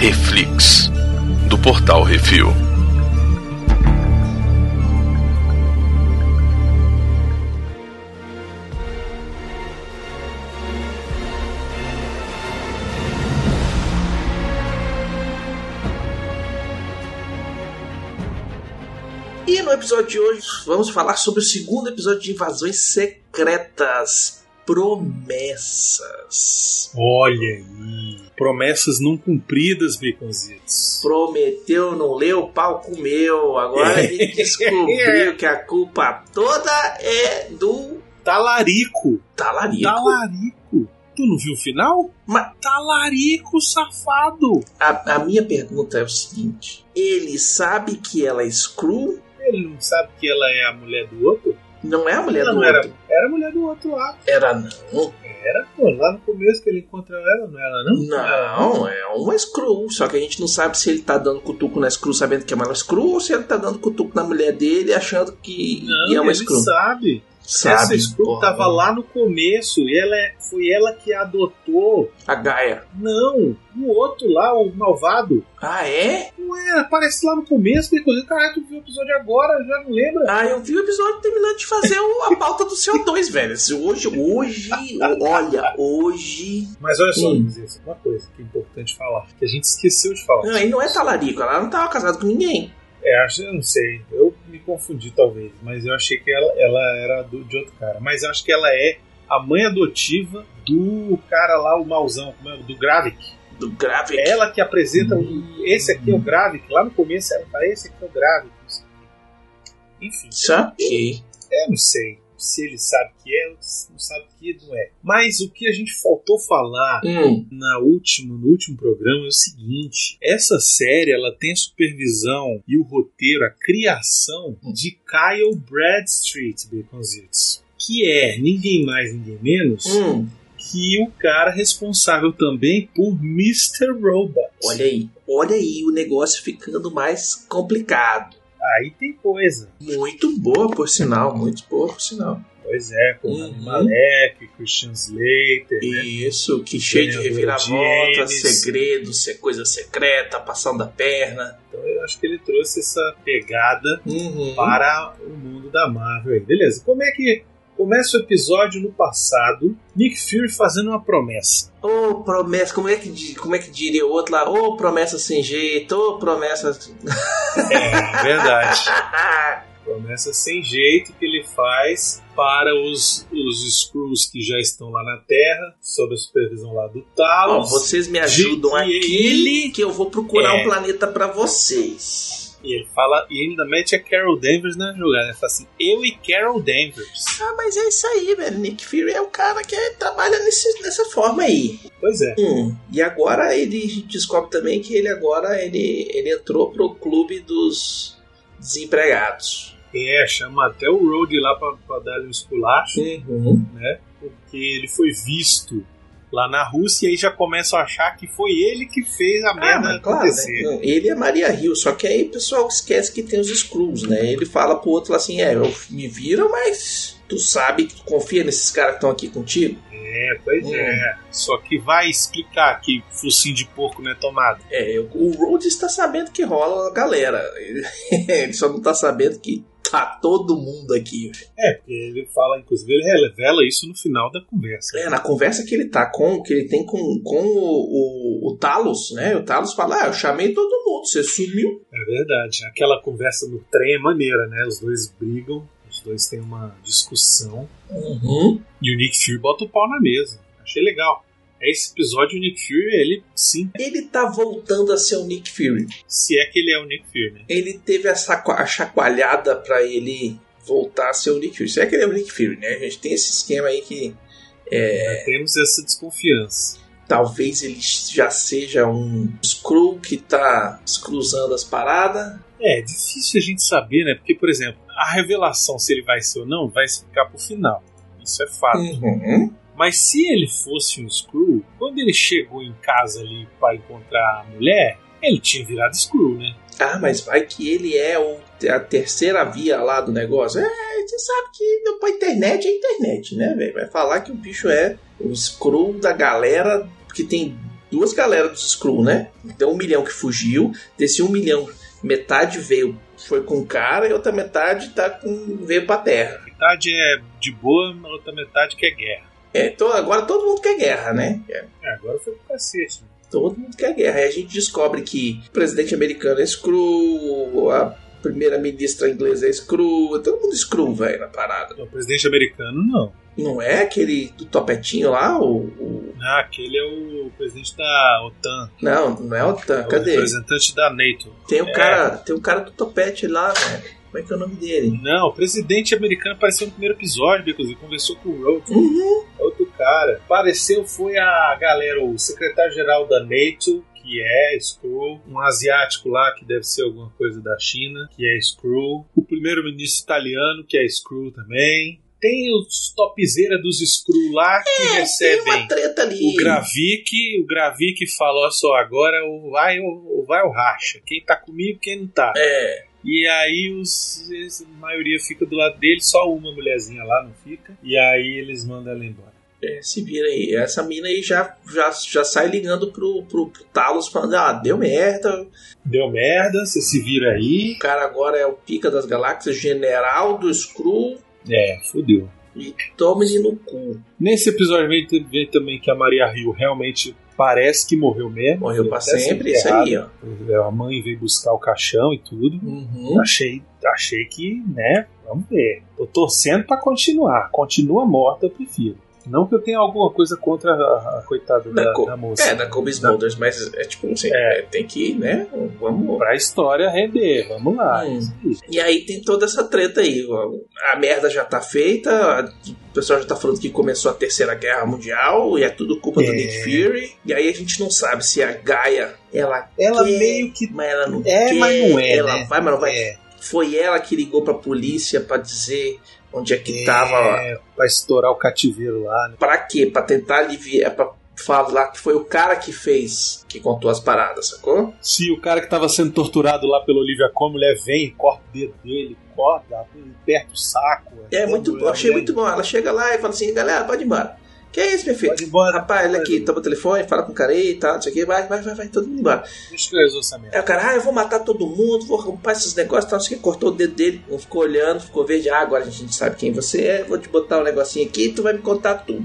Eflix, do Portal Refil. E no episódio de hoje vamos falar sobre o segundo episódio de Invasões Secretas Promessas. Olha aí. Promessas não cumpridas, Baconzitos. Prometeu, não leu, pau comeu. Agora É. ele descobriu que a culpa toda é do Talarico. talarico. Tá Talarico. Tu não viu o final? Mas- Talarico safado. A, a minha pergunta é o seguinte: ele sabe que ela é Screw? Ele não sabe que ela é a mulher do outro? Não é a mulher ela do não outro? era. Era a mulher do outro lá. Era não. Era, pô, lá no começo que ele encontrou ela, não era, não? Não, é uma Screw. Só que a gente não sabe se ele tá dando cutuco na Screw sabendo que é uma Screw ou se ele tá dando cutuco na mulher dele achando que Não, é uma ele Screw. sabe. Essa Screw porra. tava lá no começo e ela é- foi ela que adotou. A Gaia. Não, o outro lá, o malvado. Ah, é? Ué, aparece lá no começo, depois, caralho, tu viu o episódio agora, já não lembra? Ah, eu vi o episódio terminando de fazer o- a pauta do CO2, velho. Se Hoje, hoje, olha, hoje. Mas olha só, Hum. Luiz, uma coisa que é importante falar, que a gente esqueceu de falar. Não, ele não é talarico, ela não tava casada com ninguém. É, acho, eu não sei, eu me confundi talvez, mas eu achei que ela, ela era do- de outro cara. Mas eu acho que ela é a mãe adotiva do cara lá, o mauzão, como é, do Gravik. Do grave. É ela que apresenta o- esse aqui é o Gravik, lá no começo ela fala, esse aqui é o Gravik. não sei o quê. Enfim, Saquei. eu não sei se ele sabe que é ou se não sabe que não é. Mas o que a gente faltou falar Hum, na última, no último programa é o seguinte: essa série ela tem a supervisão e o roteiro, a criação de Kyle Bradstreet, Baconzitos. Que é ninguém mais, ninguém menos hum. que o cara responsável também por Mr. Robot. Olha aí. Olha aí o negócio ficando mais complicado. Aí tem coisa. Muito boa, por sinal. Muito boa, por sinal. Pois é, com Uhum. uhum. Malek, Christian Slater, né? Isso, que cheio de reviravolta, James. segredo, se- é coisa secreta, passando a perna. Então eu acho que ele trouxe essa pegada Uhum. para o mundo da Marvel. aí. Beleza, como é que começa o episódio no passado? Nick Fury fazendo uma promessa. Ô, promessa, como é, que, di- como é que diria o outro lá? Ô, promessa sem jeito, ô, promessa. É verdade. promessa sem jeito que ele faz para os, os Skrulls que já estão lá na Terra, sob a supervisão lá do Ó, Talos. vocês me ajudam de que aqui ele- que eu vou procurar É. um planeta pra vocês. E ele fala, e ainda mete a Carol Danvers na jogada. Ele fala assim: eu e Carol Danvers. Ah, mas é isso aí, velho. Nick Fury é o cara que trabalha nesse- nessa forma aí. Pois é. Hum, e agora ele descobre também que ele agora ele, ele entrou pro clube dos desempregados. É, chama até o Road lá pra, pra dar-lhe um esculacho, Uhum. porque ele foi visto lá na Rússia e aí já começam a achar que foi ele que fez a Ah, merda mas claro, né? acontecer. Não, ele é Maria Rio, só que aí o pessoal esquece que tem os Skrulls, né? Ele fala pro outro lá assim, é, eu me vira, mas tu sabe que tu confia nesses caras que estão aqui contigo? É, pois é. Só que vai explicar que focinho de porco não é tomado. É, o Rhodes está sabendo que rola a galera. Ele só não tá sabendo que tá todo mundo aqui. É, porque ele fala, inclusive, ele revela isso no final da conversa. É, na conversa que ele tá com, que ele tem com, com o, o, o Talos, né? O Talos fala, ah, eu chamei todo mundo, você sumiu. É verdade. Aquela conversa no trem é maneira, né? Os dois brigam, os dois têm uma discussão. E o Nick Fury bota o pau na mesa. Achei legal. É, Esse episódio, o Nick Fury, ele sim, Ele tá voltando a ser o Nick Fury. se é que ele é o Nick Fury, né? Ele teve essa qua- a chacoalhada pra ele voltar a ser o Nick Fury. Será que ele é o Nick Fury, né? A gente tem esse esquema aí que é, Já temos essa desconfiança. talvez ele já seja um Skrull que tá cruzando as paradas. É, é difícil a gente saber, né? Porque, por exemplo, a revelação se ele vai ser ou não vai ficar pro final. Isso é fato. Uhum. Mas se ele fosse um Screw, quando ele chegou em casa ali para encontrar a mulher, ele tinha virado Screw, né? Ah, mas vai que ele é o- a terceira via lá do negócio. É, você sabe que pra internet é internet, né, velho? Vai falar que o bicho é o Skrull da galera que tem duas galera dos Skrull, né? Então um milhão que fugiu, desse um milhão, metade veio, foi com o cara e outra metade tá com, veio pra terra. Metade é de boa, a outra metade quer guerra. É, então agora todo mundo quer guerra, né? É, É, agora foi pro cacete. né? todo mundo quer guerra. Aí a gente descobre que o presidente americano é Skrull, a primeira-ministra inglesa é Skrull, é todo mundo Skrull, velho, na parada. Então, O presidente americano, não. Não é aquele do topetinho lá, o... o- Ah, aquele é o presidente da OTAN. Não, não é o É Tan, o cadê? representante da NATO. Tem um É. cara, tem um cara do topete lá, velho. Como é que é o nome dele? Não, o presidente americano apareceu no primeiro episódio, inclusive, conversou com o Rogue, Uhum. outro cara. Apareceu foi a galera, o secretário-geral da NATO, que é Skrull, um asiático lá, que deve ser alguma coisa da China, que é Skrull, o primeiro-ministro italiano, que é Skrull também. Tem os topzeira dos Skrull lá que É, Tem recebem uma treta ali. O Gravik, o Gravik falou só agora ou vai ou ou vai ou racha. Quem tá comigo, quem não tá. É, E aí os, eles- a maioria fica do lado dele, só uma mulherzinha lá não fica. E aí eles mandam ela embora. é, se vira aí. Essa mina aí já, já, já sai ligando pro, pro, pro Talos falando: ah, deu merda. O Deu merda, você se vira aí. cara agora é o pica das galáxias, general do Skrull. É, fodeu. E tome-lhe no cu. Nesse episódio vem, vem também que a Maria Rio realmente parece que morreu mesmo. Morreu pra Deve ter sempre, sido isso aí, ó. enterrada. A mãe veio buscar o caixão e tudo. Uhum. Achei, achei que, né? Vamos ver. Tô torcendo pra continuar. Continua morta, eu prefiro. Não que eu tenha alguma coisa contra a, a coitada Da da, co- da moça. É, da Kobe Smulders, mas é tipo assim, É. é, tem que ir, né? Vamos. Pra história render, vamos lá. É Hum. Isso aí. E aí tem toda essa treta aí. ó. A merda já tá feita, a- o pessoal já tá falando que começou a Terceira Guerra Mundial e é tudo culpa do É. Nick Fury. E aí a gente não sabe se a Gaia, ela, Ela quer, meio que. mas ela não É, quer. mas não é, Ela né? vai, Ah, mas não vai. É, Foi ela que ligou pra polícia pra dizer onde é que tava. é, pra estourar o cativeiro lá, né? Pra quê? Pra tentar aliviar, é pra falar que foi o cara que fez, que contou as paradas, sacou? Se o cara que tava sendo torturado lá pela Olivia Como, mulher vem, corta o dedo dele, corta, aperta o saco. É muito Mulher, bom, achei mulher, muito bom. Ela chega lá e fala assim, galera, pode ir embora. Que é isso, meu filho? Pode ir embora, Rapaz, ele aqui Mano. toma o telefone, fala com o cara aí e tal, não sei o que, vai, vai, vai, vai, todo mundo embora. deixa que eu resolvo essa merda. Aí o cara, ah, eu vou matar todo mundo, vou arrumar esses negócios, tal, não sei o que, cortou o dedo dele, não ficou olhando, ficou verde, ah, agora a gente sabe quem você é, vou te botar um negocinho aqui e tu vai me contar tudo.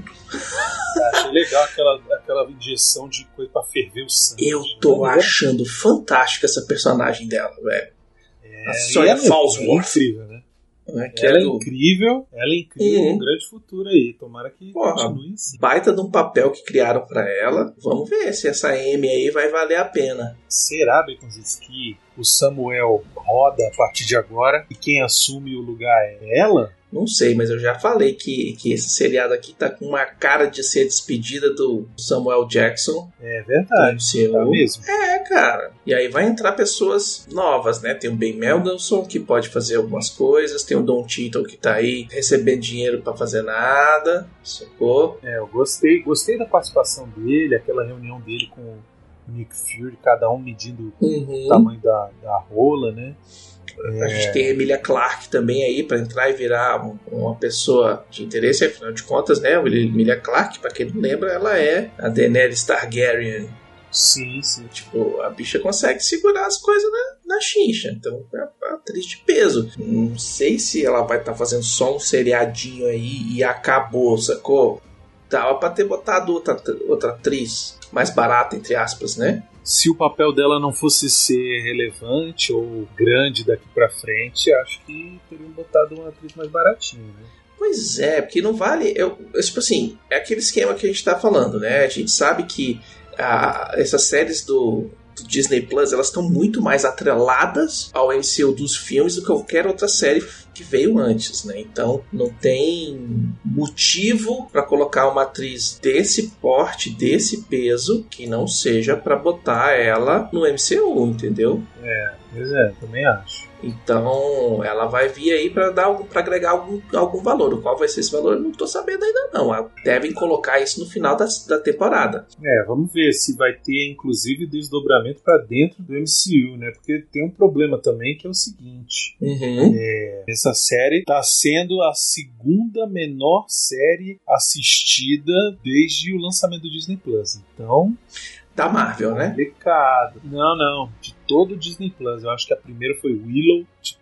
Achei legal aquela, aquela injeção de coisa pra ferver o sangue. É, Eu tô Legal. achando fantástica essa personagem dela, velho. A e Sonya ela é Falsworth. incrível, né? Que ela é é do incrível, ela é incrível, Uhum. um grande futuro aí. Tomara que Porra. continue assim. baita de um papel que criaram pra ela. Vamos ver se essa M aí vai valer a pena. Será, Baconzitos, que o Samuel roda a partir de agora e quem assume o lugar é ela? Não sei, mas eu já falei que, que esse seriado aqui tá com uma cara de ser despedida do Samuel Jackson. É verdade, do MCU. tá mesmo? É, cara. E aí vai entrar pessoas novas, né? Tem o Ben Mendelsohn, que pode fazer algumas coisas. Tem o Don Tito, que tá aí recebendo dinheiro pra fazer nada. Sacou? É, eu gostei, gostei da participação dele, aquela reunião dele com o Nick Fury, cada um medindo o Uhum. tamanho da, da rola, né? A gente tem a Emilia Clarke também aí pra entrar e virar um- uma pessoa de interesse. Afinal de contas, né? A Emilia Clarke, pra quem não lembra, ela é a Daenerys Targaryen. Sim, sim. Tipo, a bicha consegue segurar as coisas na, na chincha. Então, é uma atriz de peso. Não sei se ela vai estar fazendo só um seriadinho aí e acabou, sacou? Dava pra ter botado outra, outra atriz mais barata, entre aspas, né? se o papel dela não fosse ser relevante ou grande daqui pra frente, acho que teriam botado uma atriz mais baratinha, né? Pois é, porque não vale. Eu, eu, tipo assim, é aquele esquema que a gente tá falando, né? A gente sabe que a- essas séries do, do Disney Plus elas estão muito mais atreladas ao MCU dos filmes do que qualquer outra série que veio antes, né? Então não tem motivo pra colocar uma atriz desse porte, desse peso, que não seja pra botar ela no MCU, entendeu? Pois é, também acho. Então, ela vai vir aí para dar algo- pra agregar algum, algum valor. Qual vai ser esse valor? Eu não tô sabendo ainda não. Ah, Devem colocar isso no final da, da temporada. É, vamos ver se vai ter, inclusive, desdobramento pra dentro do MCU, né? Porque tem um problema também que é o seguinte: Uhum. essa série tá sendo a segunda menor série assistida desde o lançamento do Disney Plus. Então, da Marvel, né? Complicado. Não, não. De todo o Disney Plus. Eu acho que a primeira foi Willow. Tipo,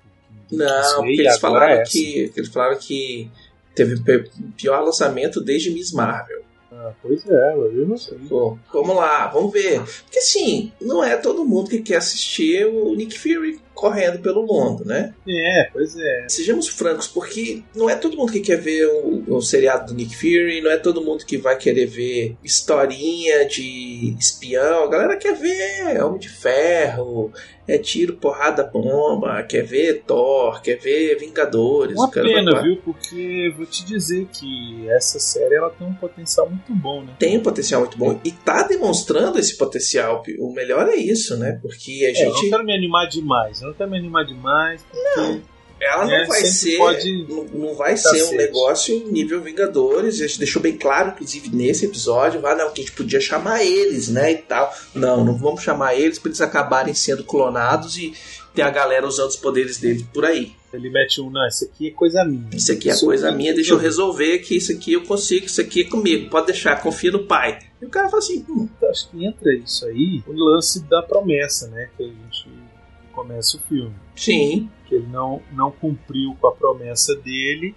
Não, sei, porque e agora eles é falaram essa. que. Eles falaram que teve pe- pior lançamento desde Miss Marvel. Ah, pois é, eu não sei. Pô, vamos lá, vamos ver. Porque assim, não é todo mundo que quer assistir o Nick Fury correndo pelo mundo, né? É, pois é. Sejamos francos, porque não é todo mundo que quer ver o, o seriado do Nick Fury, não é todo mundo que vai querer ver historinha de espião. A galera quer ver Homem de Ferro, é tiro, porrada, bomba, quer ver Thor, quer ver Vingadores. Uma o cara vai pena, pra- viu? Porque vou te dizer que essa série ela tem um potencial muito bom, né? Tem um potencial muito bom e tá demonstrando esse potencial. O melhor é isso, né? Porque a É, eu não gente. quero me animar demais. Eu não quero me animar demais. Não. ela não é, vai sempre ser. pode- Não, não vai ser um Cacete. negócio nível Vingadores. A gente deixou bem claro, inclusive, nesse episódio, ah, não, que a gente podia chamar eles, né? E tal. Não, não vamos chamar eles pra eles acabarem sendo clonados e ter a galera usando os poderes deles por aí. Ele mete um, não, isso aqui é coisa minha. Isso aqui é Isso coisa aqui minha, eu deixa eu resolvo. resolver que isso aqui eu consigo, isso aqui é comigo, pode deixar, confia no pai. E o cara fala assim, hum, Eu acho que entra isso aí, o lance da promessa, né? Que a gente começa o filme. sim, Que ele não, não cumpriu com a promessa dele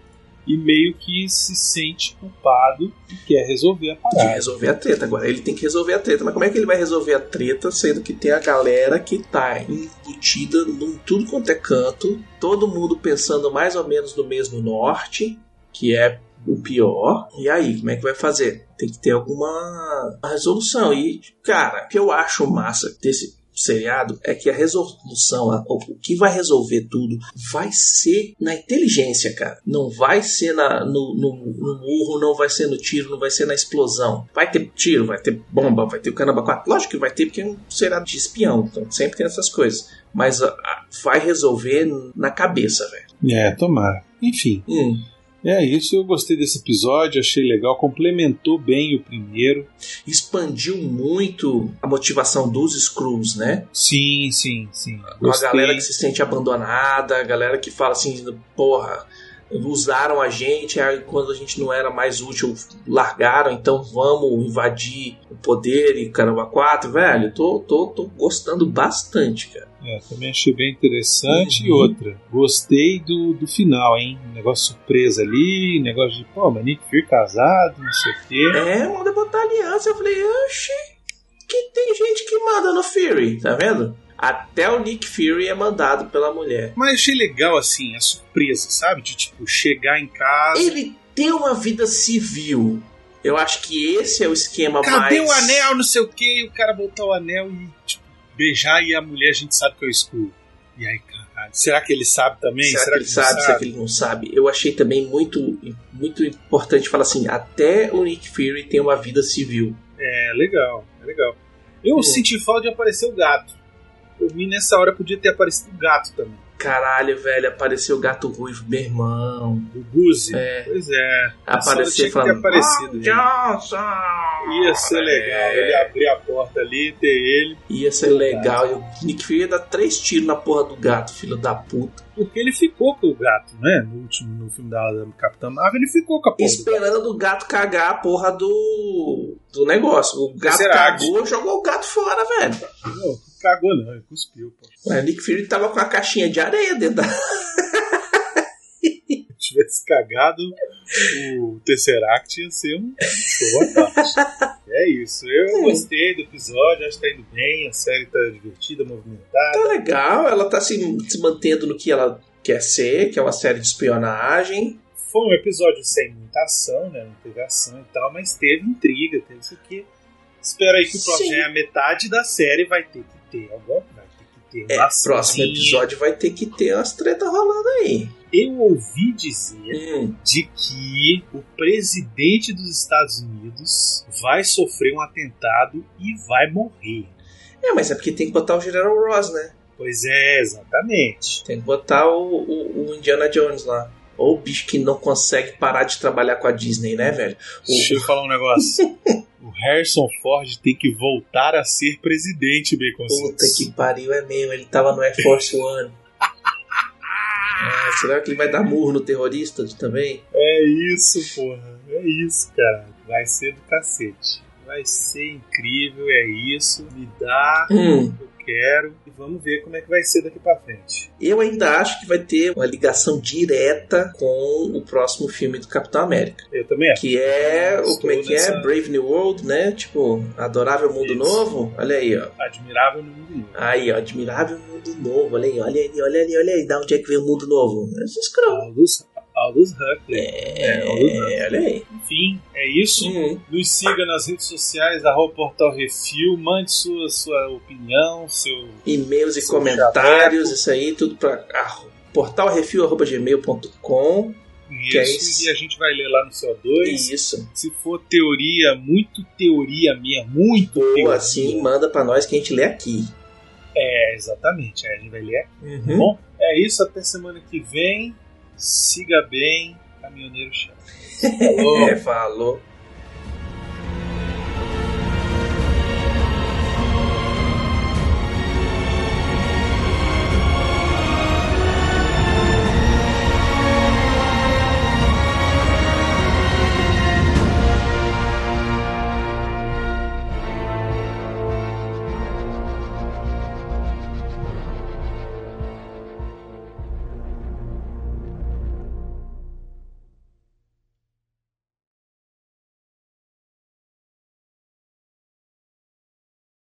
e meio que se sente culpado e quer resolver a de parada. resolver a treta. Agora, ele tem que resolver a treta. Mas como é que ele vai resolver a treta, sendo que tem a galera que tá embutida em tudo quanto é canto, todo mundo pensando mais ou menos no mesmo norte, que é o pior. E aí, como é que vai fazer? Tem que ter alguma resolução. E, cara, o que eu acho massa desse seriado é que a resolução, a- o o que vai resolver tudo, vai ser na inteligência, cara. Não vai ser na, no, no, no murro, não vai ser no tiro, não vai ser na explosão. Vai ter tiro, vai ter bomba, vai ter o caramba 4. Lógico que vai ter, porque é um seriado de espião, então sempre tem essas coisas. Mas a- a- vai resolver na cabeça, velho. É, tomara. Enfim. Hum. É isso, eu gostei desse episódio, achei legal, complementou bem o primeiro. Expandiu muito a motivação dos Screws, né? Sim, sim, sim. Uma galera que se sente abandonada, a galera que fala assim, porra, usaram a gente, aí quando a gente não era mais útil, largaram, então vamos invadir o poder e caramba quatro, velho, tô, tô, tô gostando bastante, cara. É, também achei bem interessante. E Uhum. outra, gostei do, do final, hein? Um Negócio surpresa ali, negócio de, pô, mas Nick Fury casado, não sei o quê. É, manda botar aliança, eu falei, oxi, que tem gente que manda no Fury, tá vendo? Até o Nick Fury é mandado pela mulher. Mas achei legal, assim, a surpresa, sabe? De, tipo, chegar em casa... Ele tem uma vida civil. Eu acho que esse é o esquema mais... Cadê o anel, não sei o quê? E o cara botar o anel e, tipo, beijar e a mulher a gente sabe que é o escuro. E aí, caralho, será que ele sabe também? Será, que ele não sabe, Será que ele não sabe? Eu achei também muito, muito importante falar assim: até o Nick Fury tem uma vida civil. É legal, é legal. Eu Pô. senti falta de aparecer o gato. Por mim, nessa hora podia ter aparecido o gato também. Caralho, velho, apareceu o gato ruivo, meu irmão. Do Guzi. É. Pois é. Essa hora tinha que Aparecer ter falando. aparecido, gente. "Ah, Johnson!" Ia ser é. legal. Ele abrir a porta ali, ter ele. Ia ser legal. E o Nick Fury ia dar três tiros na porra do gato, filho da puta. Porque ele ficou com o gato, né? No último, no filme da da Capitã Marvel, ele ficou com a porra do gato. Esperando o gato cagar a porra do, do negócio. O gato Tesseract. cagou, jogou o gato fora, velho. Não, cagou não, ele cuspiu, pô. Ué, O Nick Fury tava com a caixinha de areia dentro da. Se tivesse cagado, o Tesseract ia ser um show à parte. É isso. Eu gostei do episódio, acho que tá indo bem, a série tá divertida, movimentada. tá legal, ela tá se, se mantendo no que ela quer ser, que é uma série de espionagem. Foi um episódio sem muita ação, né? Não teve ação e tal, mas teve intriga, teve isso aqui. Espero aí que o próximo Sim. é a metade da série vai ter que ter alguma vai ter que ter É, uma próximo açãozinha. episódio vai ter que ter umas tretas rolando aí. Eu ouvi dizer Hum, de que o presidente dos Estados Unidos vai sofrer um atentado e vai morrer. É, mas é porque tem que botar o General Ross, né? Pois é, exatamente. Tem que botar o, o- o Indiana Jones lá. Ou o bicho que não consegue parar de trabalhar com a Disney, né, velho? Deixa eu falar um negócio. O Harrison Ford tem que voltar a ser presidente, Bacon. Puta que pariu, é mesmo. Ele tava no Air Force One. Ah, será que ele vai dar murro no terrorista também? É isso, porra. É isso, cara. Vai ser do cacete. Vai vai ser incrível, é isso, me dá, Hum. eu quero, e vamos ver como é que vai ser daqui pra frente. Eu ainda acho que vai ter uma ligação direta com o próximo filme do Capitão América. Eu também acho. Que é. o, Estou como é que nessa- é? Brave New World, né? Tipo, Adorável Mundo Isso. Novo. Olha aí, ó. Admirável no mundo. novo. Aí, ó, Admirável Mundo Novo. Olha aí, olha aí, olha aí, olha aí. Da onde é que vem o Mundo Novo? É esse escroto. Aldous, Aldous Huxley. É, Aldous Huxley. É, olha aí. Enfim, é isso. Hum. Nos siga nas redes sociais, arroba Portal Refil, mande sua, sua opinião, seu E-mails e Sim, comentários, isso aí, tudo pra. Ah, portalrefil.gmail.com. Que é isso, isso. e a gente vai ler lá no CO2. Isso. Se for teoria, muito teoria minha, muito Ou teoria. assim, manda pra nós que a gente lê aqui. É, exatamente, aí a gente vai ler aqui, tá Uhum. bom? É isso, até semana que vem. Siga bem, caminhoneiro chato. Falou. É, falou.